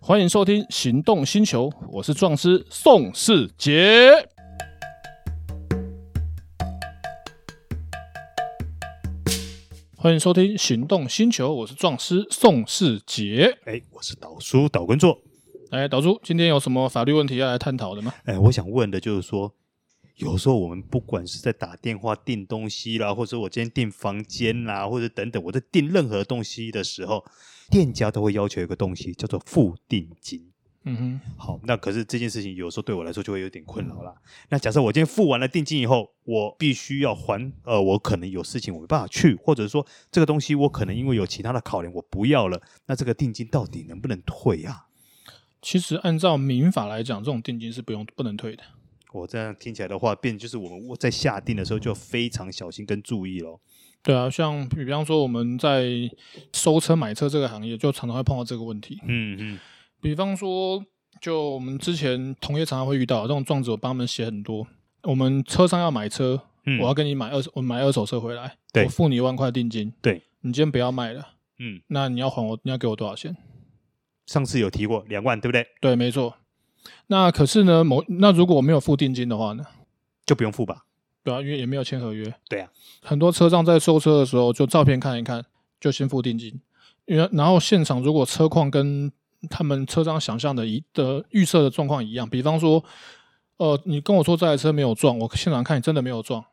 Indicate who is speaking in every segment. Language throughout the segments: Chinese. Speaker 1: 欢迎收听《行动星球》，我是壮师宋世杰。欢迎收听《行动星球》，我是壮师宋世杰。
Speaker 2: 哎，我是导叔导观众。
Speaker 1: 哎，导叔，今天有什么法律问题要来探讨的吗？
Speaker 2: 哎，我想问的就是说，有时候我们不管是在打电话订东西啦，或者我今天订房间啦，或者等等，我在订任何东西的时候，店家都会要求一个东西叫做付定金。
Speaker 1: 嗯
Speaker 2: 好，那可是这件事情有时候对我来说就会有点困扰啦。那假设我今天付完了定金以后，我必须要还，呃，我可能有事情我没办法去，或者说这个东西我可能因为有其他的考量我不要了，那这个定金到底能不能退啊呀、
Speaker 1: 哼，其实按照民法来讲，这种定金是不用不能退的。
Speaker 2: 我这样听起来的话，变就是我们在下定的时候就非常小心跟注意咯。
Speaker 1: 对啊，像比方说我们在收车买车这个行业，就常常会碰到这个问题。
Speaker 2: 嗯嗯，
Speaker 1: 比方说，就我们之前同业常常会遇到这种状子，我帮他们写很多。我们车商要买车，
Speaker 2: 嗯
Speaker 1: 我要跟你买二手，我买二手车回来，
Speaker 2: 对
Speaker 1: 我付你一万块定金，
Speaker 2: 对，
Speaker 1: 你今天不要卖了，
Speaker 2: 嗯，
Speaker 1: 那你要还我，你要给我多少钱？
Speaker 2: 上次有提过两万，对不对？
Speaker 1: 对，没错。那可是呢，某那如果我没有付定金的话呢？
Speaker 2: 就不用付吧？
Speaker 1: 对啊，因为也没有签合约。
Speaker 2: 对啊，
Speaker 1: 很多车商在收车的时候，就照片看一看，就先付定金。因为然后现场如果车况跟他们车商想象的一的预设的状况一样，比方说，呃，你跟我说这台车没有撞，我现场看你真的没有撞，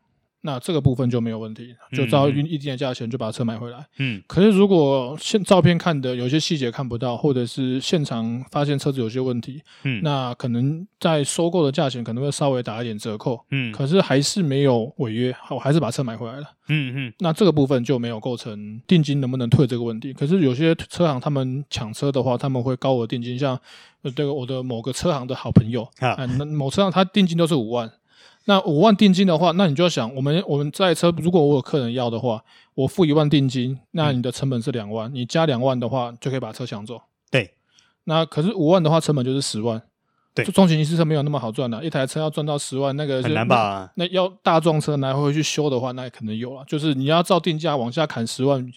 Speaker 1: 那这个部分就没有问题，就照一
Speaker 2: 嗯
Speaker 1: 一定的价钱就把车买回来。
Speaker 2: 嗯
Speaker 1: 可是如果现照片看的有些细节看不到，或者是现场发现车子有些问题，
Speaker 2: 嗯
Speaker 1: 那可能在收购的价钱可能会稍微打一点折扣。
Speaker 2: 嗯
Speaker 1: 可是还是没有违约，我还是把车买回来了。
Speaker 2: 嗯嗯
Speaker 1: 那这个部分就没有构成定金能不能退这个问题。可是有些车行他们抢车的话，他们会高额定金，像呃这个我的某个车行的好朋友，
Speaker 2: 啊
Speaker 1: 啊，那某车上他定金都是五万。那五万定金的话，那你就要想，我们我们这台车，如果我有客人要的话，我付一万定金，那
Speaker 2: 嗯
Speaker 1: 你的成本是两万，你加两万的话，就可以把车抢走。
Speaker 2: 对，
Speaker 1: 那可是五万的话，成本就是十万。
Speaker 2: 对
Speaker 1: 就中型汽车没有那么好赚的、一台车要赚到十万，那个是
Speaker 2: 很难？吧？
Speaker 1: 那要大撞车拿回去修的话，那可能有了。就是你要照定价往下砍十万，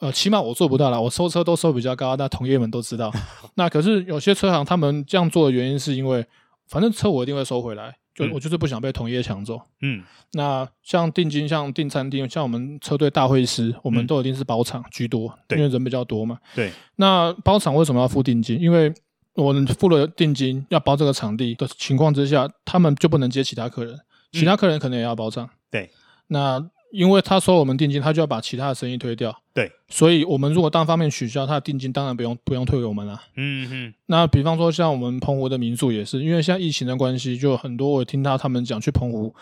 Speaker 1: 呃，起码我做不到啦，我收车都收比较高，那同业们都 知道。那可是有些车行他们这样做的原因，是因为反正车我一定会收回来，就、
Speaker 2: 嗯
Speaker 1: 我就是不想被同业抢走。
Speaker 2: 嗯
Speaker 1: 那像定金、像订餐厅、像我们车队大会师，我们
Speaker 2: 嗯
Speaker 1: 都一定是包场居多，
Speaker 2: 对
Speaker 1: 因为人比较多嘛。
Speaker 2: 对，
Speaker 1: 那包场为什么要付定金？因为我付了定金要包这个场地的情况之下，他们就不能接其他客人，其他客人可能也要包场。
Speaker 2: 对，
Speaker 1: 那因为他收我们定金，他就要把其他的生意推掉。
Speaker 2: 对，
Speaker 1: 所以我们如果单方面取消他的定金，当然不用不用退给我们啦、
Speaker 2: 嗯嗯
Speaker 1: 那比方说像我们澎湖的民宿也是，因为现在疫情的关系，就很多我听到他们讲去澎湖，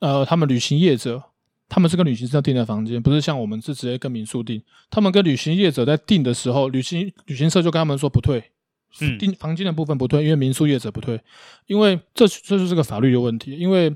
Speaker 1: 呃，他们旅行业者，他们是跟旅行社订的房间，不是像我们是直接跟民宿订。他们跟旅行业者在订的时候，旅行旅行社就跟他们说不退，
Speaker 2: 嗯
Speaker 1: 订房间的部分不退，因为民宿业者不退，因为这这就是个法律的问题，因为。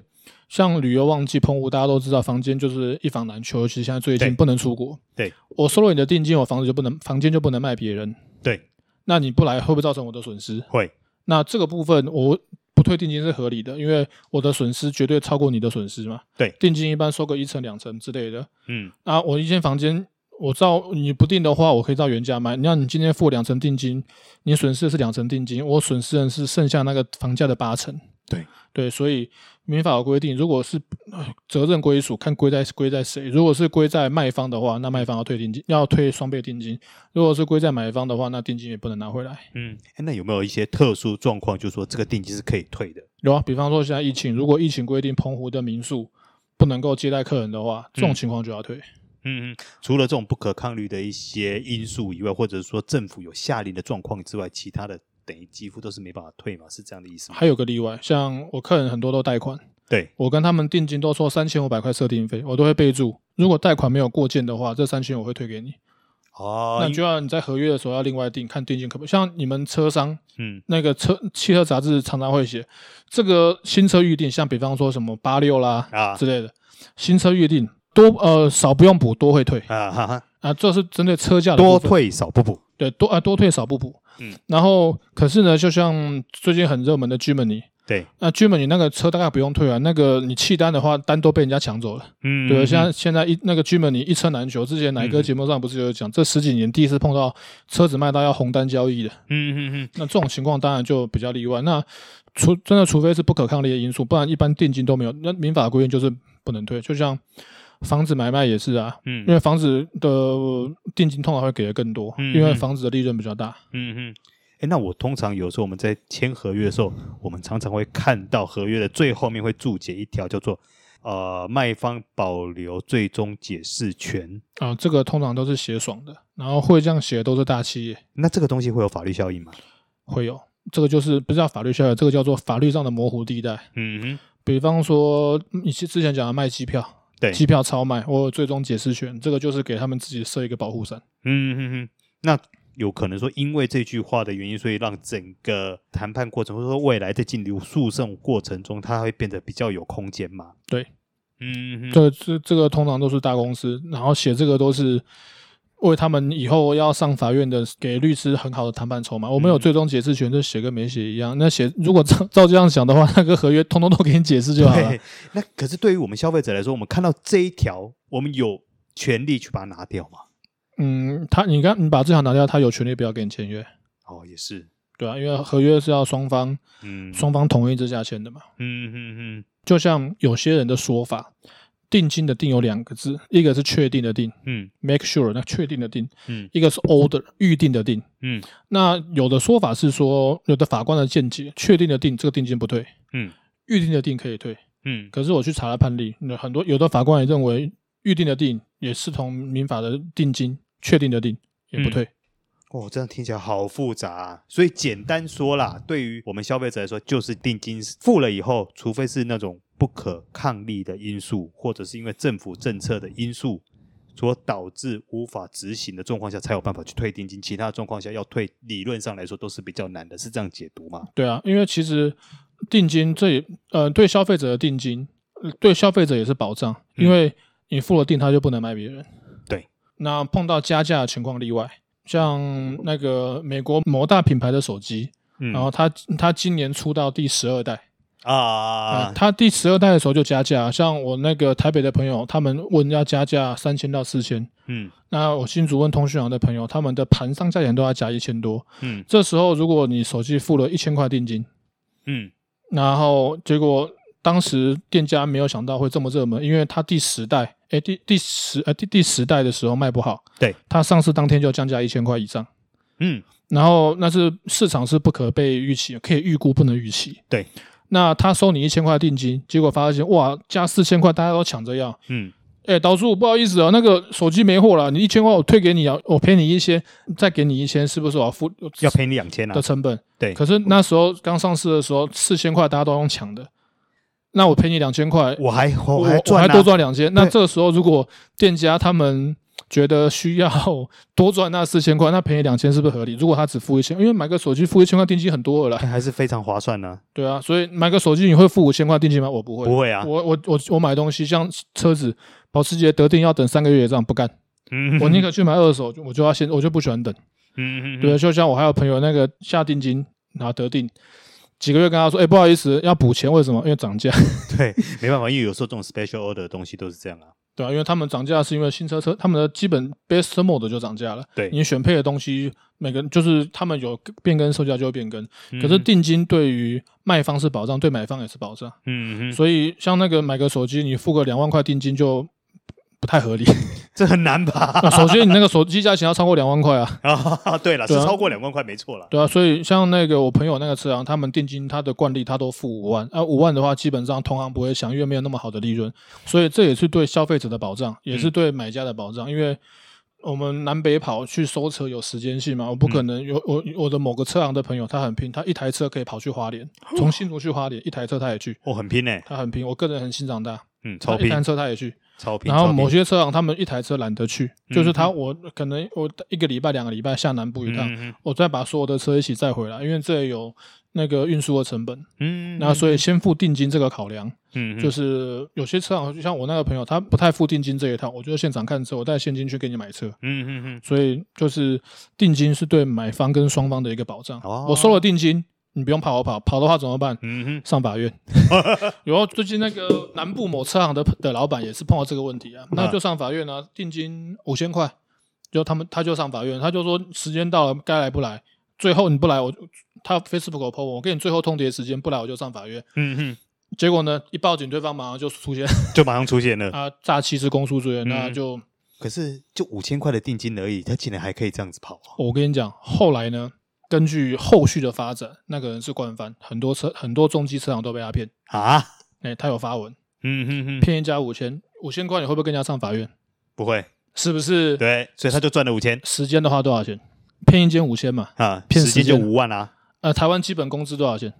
Speaker 1: 像旅游旺季，澎湖大家都知道，房间就是一房难求，尤其现在最近
Speaker 2: 对
Speaker 1: 不能出国。
Speaker 2: 对，
Speaker 1: 我收了你的定金，我房子就不能，房间就不能卖别人。
Speaker 2: 对，
Speaker 1: 那你不来会不会造成我的损失？
Speaker 2: 会，
Speaker 1: 那这个部分我不退定金是合理的，因为我的损失绝对超过你的损失嘛。
Speaker 2: 对
Speaker 1: 定金一般收个一成两成之类的。
Speaker 2: 嗯
Speaker 1: 啊，我一间房间，我照你不定的话，我可以照原价卖。那你今天付两成定金，你损失的是两成定金，我损失的是剩下那个房价的八成。
Speaker 2: 对
Speaker 1: 对，所以民法有规定，如果是呃责任归属，看归在归在谁。如果是归在卖方的话，那卖方要退定金，要退双倍定金；如果是归在买方的话，那定金也不能拿回来。
Speaker 2: 嗯，哎那有没有一些特殊状况，就是说这个定金是可以退的？
Speaker 1: 有啊，比方说现在疫情，如果疫情规定澎湖的民宿不能够接待客人的话，这种情况就要退。
Speaker 2: 嗯嗯，除了这种不可抗力的一些因素以外，或者说政府有下令的状况之外，其他的等于几乎都是没办法退嘛，是这样的意思吗？
Speaker 1: 还有个例外，像我客人很多都贷款，
Speaker 2: 对，
Speaker 1: 我跟他们定金都说三千五百块设定费，我都会备注，如果贷款没有过件的话，这三千我会退给你。
Speaker 2: 哦
Speaker 1: 那，就要你在合约的时候要另外定，看定金可不像你们车商
Speaker 2: 嗯
Speaker 1: 那个车汽车杂志常常会写这个新车预定，像比方说什么八六啦
Speaker 2: 啊
Speaker 1: 之类的，新车预定多呃少不用补，多会退
Speaker 2: 啊哈哈，
Speaker 1: 啊，这是针对车价的部
Speaker 2: 多
Speaker 1: 分
Speaker 2: 退少不补，
Speaker 1: 对，多啊多退少不补。
Speaker 2: 嗯，
Speaker 1: 然后可是呢，就像最近很热门的 Germany，
Speaker 2: 对，
Speaker 1: 那 g m 你那个车大概不用退啊，那个你弃单的话，单都被人家抢走了。
Speaker 2: 嗯，
Speaker 1: 对，现在现在一那个 g m 你一车难求，之前哪一个节目上不是有讲，这十几年第一次碰到车子卖到要红单交易的，
Speaker 2: 嗯嗯嗯
Speaker 1: 那这种情况当然就比较例外。那除真的除非是不可抗力的因素，不然一般定金都没有。那民法规定就是不能退，就像房子买卖也是啊，
Speaker 2: 嗯
Speaker 1: 因为房子的定金通常会给的更多，
Speaker 2: 嗯
Speaker 1: 因为
Speaker 2: 嗯
Speaker 1: 房子的利润比较大。
Speaker 2: 嗯嗯。哎，那我通常有时候我们在签合约的时候，我们常常会看到合约的最后面会注解一条叫做呃卖方保留最终解释权。
Speaker 1: 啊、这个通常都是写爽的，然后会这样写的都是大企业
Speaker 2: 那这个东西会有法律效应吗？
Speaker 1: 会有，这个就是不叫法律效应，这个叫做法律上的模糊地带。
Speaker 2: 嗯
Speaker 1: 比方说，嗯你之之前讲的卖机票，
Speaker 2: 对
Speaker 1: 机票超卖，我有最终解释权，这个就是给他们自己设一个保护伞。
Speaker 2: 嗯嗯嗯，那有可能说因为这句话的原因，所以让整个谈判过程，或者说未来在进入诉讼过程中，它会变得比较有空间嘛？
Speaker 1: 对，
Speaker 2: 嗯哼，
Speaker 1: 这这这个通常都是大公司，然后写这个都是为他们以后要上法院的给律师很好的谈判筹码。我们有
Speaker 2: 嗯
Speaker 1: 最终解释权，就写跟没写一样。那写如果照照这样想的话，那个合约通通都给你解释就好了
Speaker 2: 对。那可是对于我们消费者来说，我们看到这一条，我们有权利去把它拿掉嘛？
Speaker 1: 嗯，他你刚你把这条拿掉，他有权利不要跟你签约，
Speaker 2: 哦，也是，
Speaker 1: 对啊，因为合约是要双方
Speaker 2: 嗯，
Speaker 1: 双方同意之下签的嘛。
Speaker 2: 嗯嗯
Speaker 1: 就像有些人的说法，定金的定有两个字，一个是确定的定
Speaker 2: 嗯
Speaker 1: （make sure），那确定的定，
Speaker 2: 嗯
Speaker 1: 一个是 order 预定的定。
Speaker 2: 嗯
Speaker 1: 那有的说法是说，有的法官的见解，确定的定这个定金不退，
Speaker 2: 嗯
Speaker 1: 预定的定可以退。
Speaker 2: 嗯
Speaker 1: 可是我去查了判例，那很多有的法官也认为预定的定也视同民法的定金，确定的定也不退。
Speaker 2: 哦，这样听起来好复杂、啊。所以简单说啦，对于我们消费者来说，就是定金付了以后，除非是那种不可抗力的因素，或者是因为政府政策的因素所导致无法执行的状况下，才有办法去退定金。其他的状况下要退，理论上来说都是比较难的，是这样解读吗？
Speaker 1: 对啊，因为其实定金这也呃对消费者的定金，呃对消费者也是保障，因为你付了定，他就不能卖别人。
Speaker 2: 嗯对，
Speaker 1: 那碰到加价的情况例外，像那个美国某大品牌的手机，
Speaker 2: 嗯
Speaker 1: 然后它它今年出到第十二代。啊、
Speaker 2: 啊，
Speaker 1: 他第十二代的时候就加价，像我那个台北的朋友，他们问要加价三千到四千。
Speaker 2: 嗯
Speaker 1: 那我新竹问通讯行的朋友，他们的盘上价钱都要加一千多。
Speaker 2: 嗯
Speaker 1: 这时候，如果你手机付了一千块定金，
Speaker 2: 嗯
Speaker 1: 然后结果当时店家没有想到会这么热门，因为他第十代，哎，第第十呃第第十代的时候卖不好，
Speaker 2: 对，
Speaker 1: 他上市当天就降价一千块以上。
Speaker 2: 嗯
Speaker 1: 然后那是市场是不可被预期，可以预估不能预期。
Speaker 2: 对，
Speaker 1: 那他收你一千块定金，结果发现哇加四千块，大家都抢着要。
Speaker 2: 嗯
Speaker 1: 哎，导叔，不好意思啊，那个手机没货了，你一千块我退给你啊，我赔你一千，再给你一千，是不是我要付
Speaker 2: 要赔你两千啊
Speaker 1: 的。成本？
Speaker 2: 对
Speaker 1: 可是那时候刚上市的时候，四千块大家都用抢的，那我赔你两千块，
Speaker 2: 我还我
Speaker 1: 我
Speaker 2: 还
Speaker 1: 我
Speaker 2: 赚、啊、
Speaker 1: 还多赚两千。那
Speaker 2: 对
Speaker 1: 这个时候，如果店家他们觉得需要多赚那四千块，那赔你两千是不是合理？如果他只付一千，因为买个手机付一千块定金很多了啦，
Speaker 2: 但还是非常划算呢、
Speaker 1: 对啊，所以买个手机你会付五千块定金吗？我不会，
Speaker 2: 不会啊，
Speaker 1: 我我我我买东西像车子，保时捷得定要等三个月以上，不干，
Speaker 2: 嗯
Speaker 1: 我宁可去买二手，我就要先，我就不喜欢等。
Speaker 2: 嗯嗯嗯
Speaker 1: 对，就像我还有朋友那个下定金拿得定，几个月跟他说，哎，不好意思，要补钱，为什么？因为涨价。
Speaker 2: 对，没办法，因为有时候这种 special order 的东西都是这样啊。
Speaker 1: 对啊，因为他们涨价是因为新车车他们的基本 base mode 就涨价了。
Speaker 2: 对
Speaker 1: 你选配的东西，每个就是他们有变更售价就会变更。可是
Speaker 2: 嗯
Speaker 1: 定金对于卖方是保障，对买方也是保障。
Speaker 2: 嗯嗯，
Speaker 1: 所以像那个买个手机，你付个两万块定金就不太合理。
Speaker 2: 这很难吧？
Speaker 1: 那首先你那个手机价钱要超过两万块啊，
Speaker 2: 啊，对了，是
Speaker 1: 对啊
Speaker 2: 超过两万块没错了。
Speaker 1: 对啊。所以像那个我朋友那个车行，他们定金他的惯例他都付五万，啊五万的话基本上同行不会想，因为没有那么好的利润。所以这也是对消费者的保障，
Speaker 2: 嗯
Speaker 1: 也是对买家的保障，因为我们南北跑去收车有时间性嘛，我不
Speaker 2: 嗯
Speaker 1: 可能有我我的某个车行的朋友，他很拼，他一台车可以跑去花 莲，从新竹去花莲，一台车他也去，
Speaker 2: 哦，很拼呢，
Speaker 1: 他很拼，我个人很欣赏他，
Speaker 2: 嗯，超
Speaker 1: 他一
Speaker 2: 拼
Speaker 1: 台，车他也去，
Speaker 2: 超拼。
Speaker 1: 然后
Speaker 2: 超拼
Speaker 1: 某些车行他们一台车懒得去，就是他
Speaker 2: 嗯
Speaker 1: 我可能我一个礼拜两个礼拜下南部一趟，
Speaker 2: 嗯
Speaker 1: 我再把所有的车一起载回来，因为这有那个运输的成本，
Speaker 2: 嗯，
Speaker 1: 那所以先付定金这个考量。
Speaker 2: 嗯
Speaker 1: 就是是有些车行，就像我那个朋友，他不太付定金这一套，我就现场看车，我带现金去给你买车，
Speaker 2: 嗯嗯嗯
Speaker 1: 所以就是定金是对买方跟双方的一个保障。
Speaker 2: 哦
Speaker 1: 我收了定金，你不用跑跑跑，跑的话怎么办？
Speaker 2: 嗯
Speaker 1: 上法 院。然后最近那个南部某车行的的老板也是碰到这个问题啊，那就上法院啊，定金五千块，就他们他就上法院，他就说时间到了该来不来，最后你不来我就他 Facebook 有 po 我，我给你最后通牒时间，不来我就上法院。
Speaker 2: 哼，嗯
Speaker 1: 结果呢，一报警，对方马上就出现
Speaker 2: 哼，就马上出现了。
Speaker 1: 啊诈欺是公诉罪，那
Speaker 2: 嗯
Speaker 1: 就
Speaker 2: 可是就五千块的定金而已，他竟然还可以这样子跑啊！
Speaker 1: 我跟你讲，后来呢，根据后续的发展，那个人是惯犯，很多车很多重机车行都被他骗。
Speaker 2: 啊，
Speaker 1: 哎、他有发文
Speaker 2: 嗯哼哼，
Speaker 1: 骗一家五千，五千块你会不会跟人家上法院？
Speaker 2: 不会，
Speaker 1: 是不是？，
Speaker 2: 对，所以他就赚了五千
Speaker 1: 时间的话多少钱？骗一间五千嘛，
Speaker 2: 啊，
Speaker 1: 骗
Speaker 2: 时间就
Speaker 1: 时间
Speaker 2: 五万啊，
Speaker 1: 呃，台湾基本工资多少钱？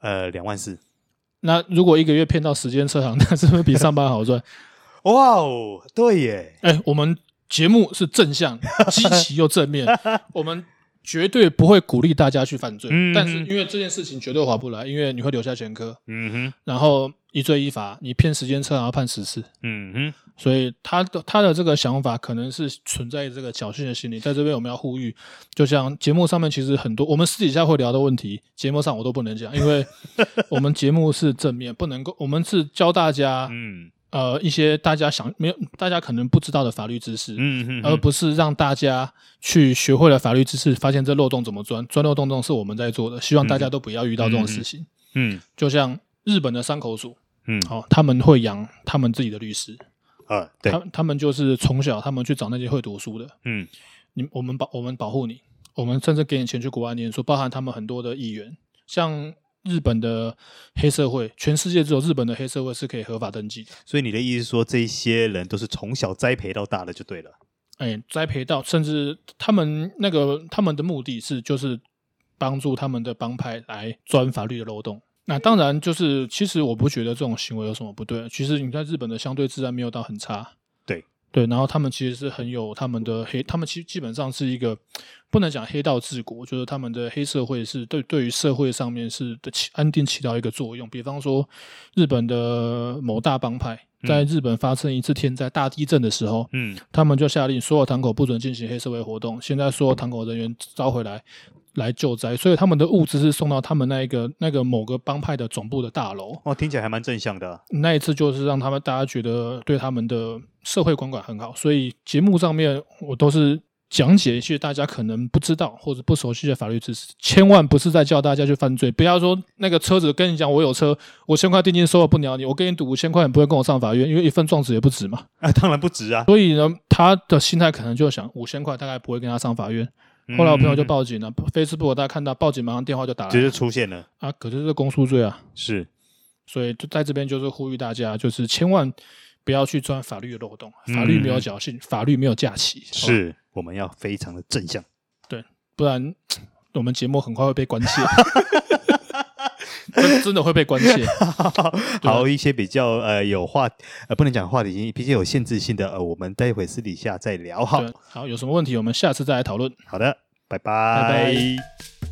Speaker 2: 呃，两万四。
Speaker 1: 那如果一个月骗到时间车行， 那是不是比上班好赚？
Speaker 2: 哇哦，对耶，
Speaker 1: 哎、我们节目是正向、 积极又正面，我们绝对不会鼓励大家去犯罪，
Speaker 2: 嗯
Speaker 1: 但是因为这件事情绝对划不来，因为你会留下前科，
Speaker 2: 嗯哼，
Speaker 1: 然后一罪一罚，你骗时间车行要判十次，
Speaker 2: 嗯哼，
Speaker 1: 所以他的他的这个想法可能是存在这个侥幸的心理，在这边我们要呼吁，就像节目上面其实很多我们私底下会聊的问题，节目上我都不能讲，因 为我们节目是正面，不能够我们是教大家
Speaker 2: 嗯
Speaker 1: 呃一些大家想没有大家可能不知道的法律知识，
Speaker 2: 嗯哼，
Speaker 1: 而不是让大家去学会了法律知识，发现这漏洞怎么钻，钻漏洞这种是我们在做的，希望大家都不要遇到这种事情。
Speaker 2: 嗯
Speaker 1: 就像日本的山口组，
Speaker 2: 嗯
Speaker 1: 哦，他们会养他们自己的律师，
Speaker 2: 啊，对
Speaker 1: 他，他们就是从小他们去找那些会读书的，
Speaker 2: 嗯
Speaker 1: 你我们保我们保护你，我们甚至给你钱去国外念书，包含他们很多的议员，像日本的黑社会，全世界只有日本的黑社会是可以合法登记的，
Speaker 2: 所以你的意思是说，这些人都是从小栽培到大的就对了。
Speaker 1: 哎，栽培到甚至他们那个他们的目的是就是帮助他们的帮派来钻法律的漏洞。那当然就是，其实我不觉得这种行为有什么不对。其实你在日本的相对治安没有到很差，
Speaker 2: 对
Speaker 1: 对，然后他们其实是很有他们的黑，他们其实基本上是一个不能讲黑道治国，就是他们的黑社会是对对于社会上面是的起安定起到一个作用。比方说，日本的某大帮派在日本发生一次天灾大地震的时候，
Speaker 2: 嗯
Speaker 1: 他们就下令所有堂口不准进行黑社会活动，现在所有堂口人员招回来来救灾，所以他们的物资是送到他们那一个那个某个帮派的总部的大楼。
Speaker 2: 哦，听起来还蛮正向的啊。
Speaker 1: 那一次就是让他们大家觉得对他们的社会管管很好，所以节目上面我都是讲解一些大家可能不知道或者不熟悉的法律知识，千万不是在叫大家去犯罪，不要说那个车子跟你讲我有车，我千块定金收了不鸟你，我跟你赌五千块你不会跟我上法院，因为一份状纸也不值嘛。
Speaker 2: 啊，当然不值啊。
Speaker 1: 所以呢，他的心态可能就想五千块大概不会跟他上法院。
Speaker 2: 嗯
Speaker 1: 后来我朋友就报警了、f a c e b o o k 大家看到报警，马上电话就打
Speaker 2: 嗯，直
Speaker 1: 来
Speaker 2: 接出现了。
Speaker 1: 啊，可是这公诉罪啊，
Speaker 2: 是，
Speaker 1: 所以就在这边就是呼吁大家，就是千万不要去钻法律的漏洞，
Speaker 2: 嗯
Speaker 1: 法律没有侥幸，法律没有假期，哦
Speaker 2: 是我们要非常的正向。
Speaker 1: 不然我们节目很快会被关切， 真真的会被关 切。
Speaker 2: 好，一些比较呃有话呃不能讲话题性，毕竟有限制性的呃，我们待会私底下再聊哈。
Speaker 1: 对，好，有什么问题我们下次再来讨论。
Speaker 2: 好的，拜
Speaker 1: 拜
Speaker 2: 拜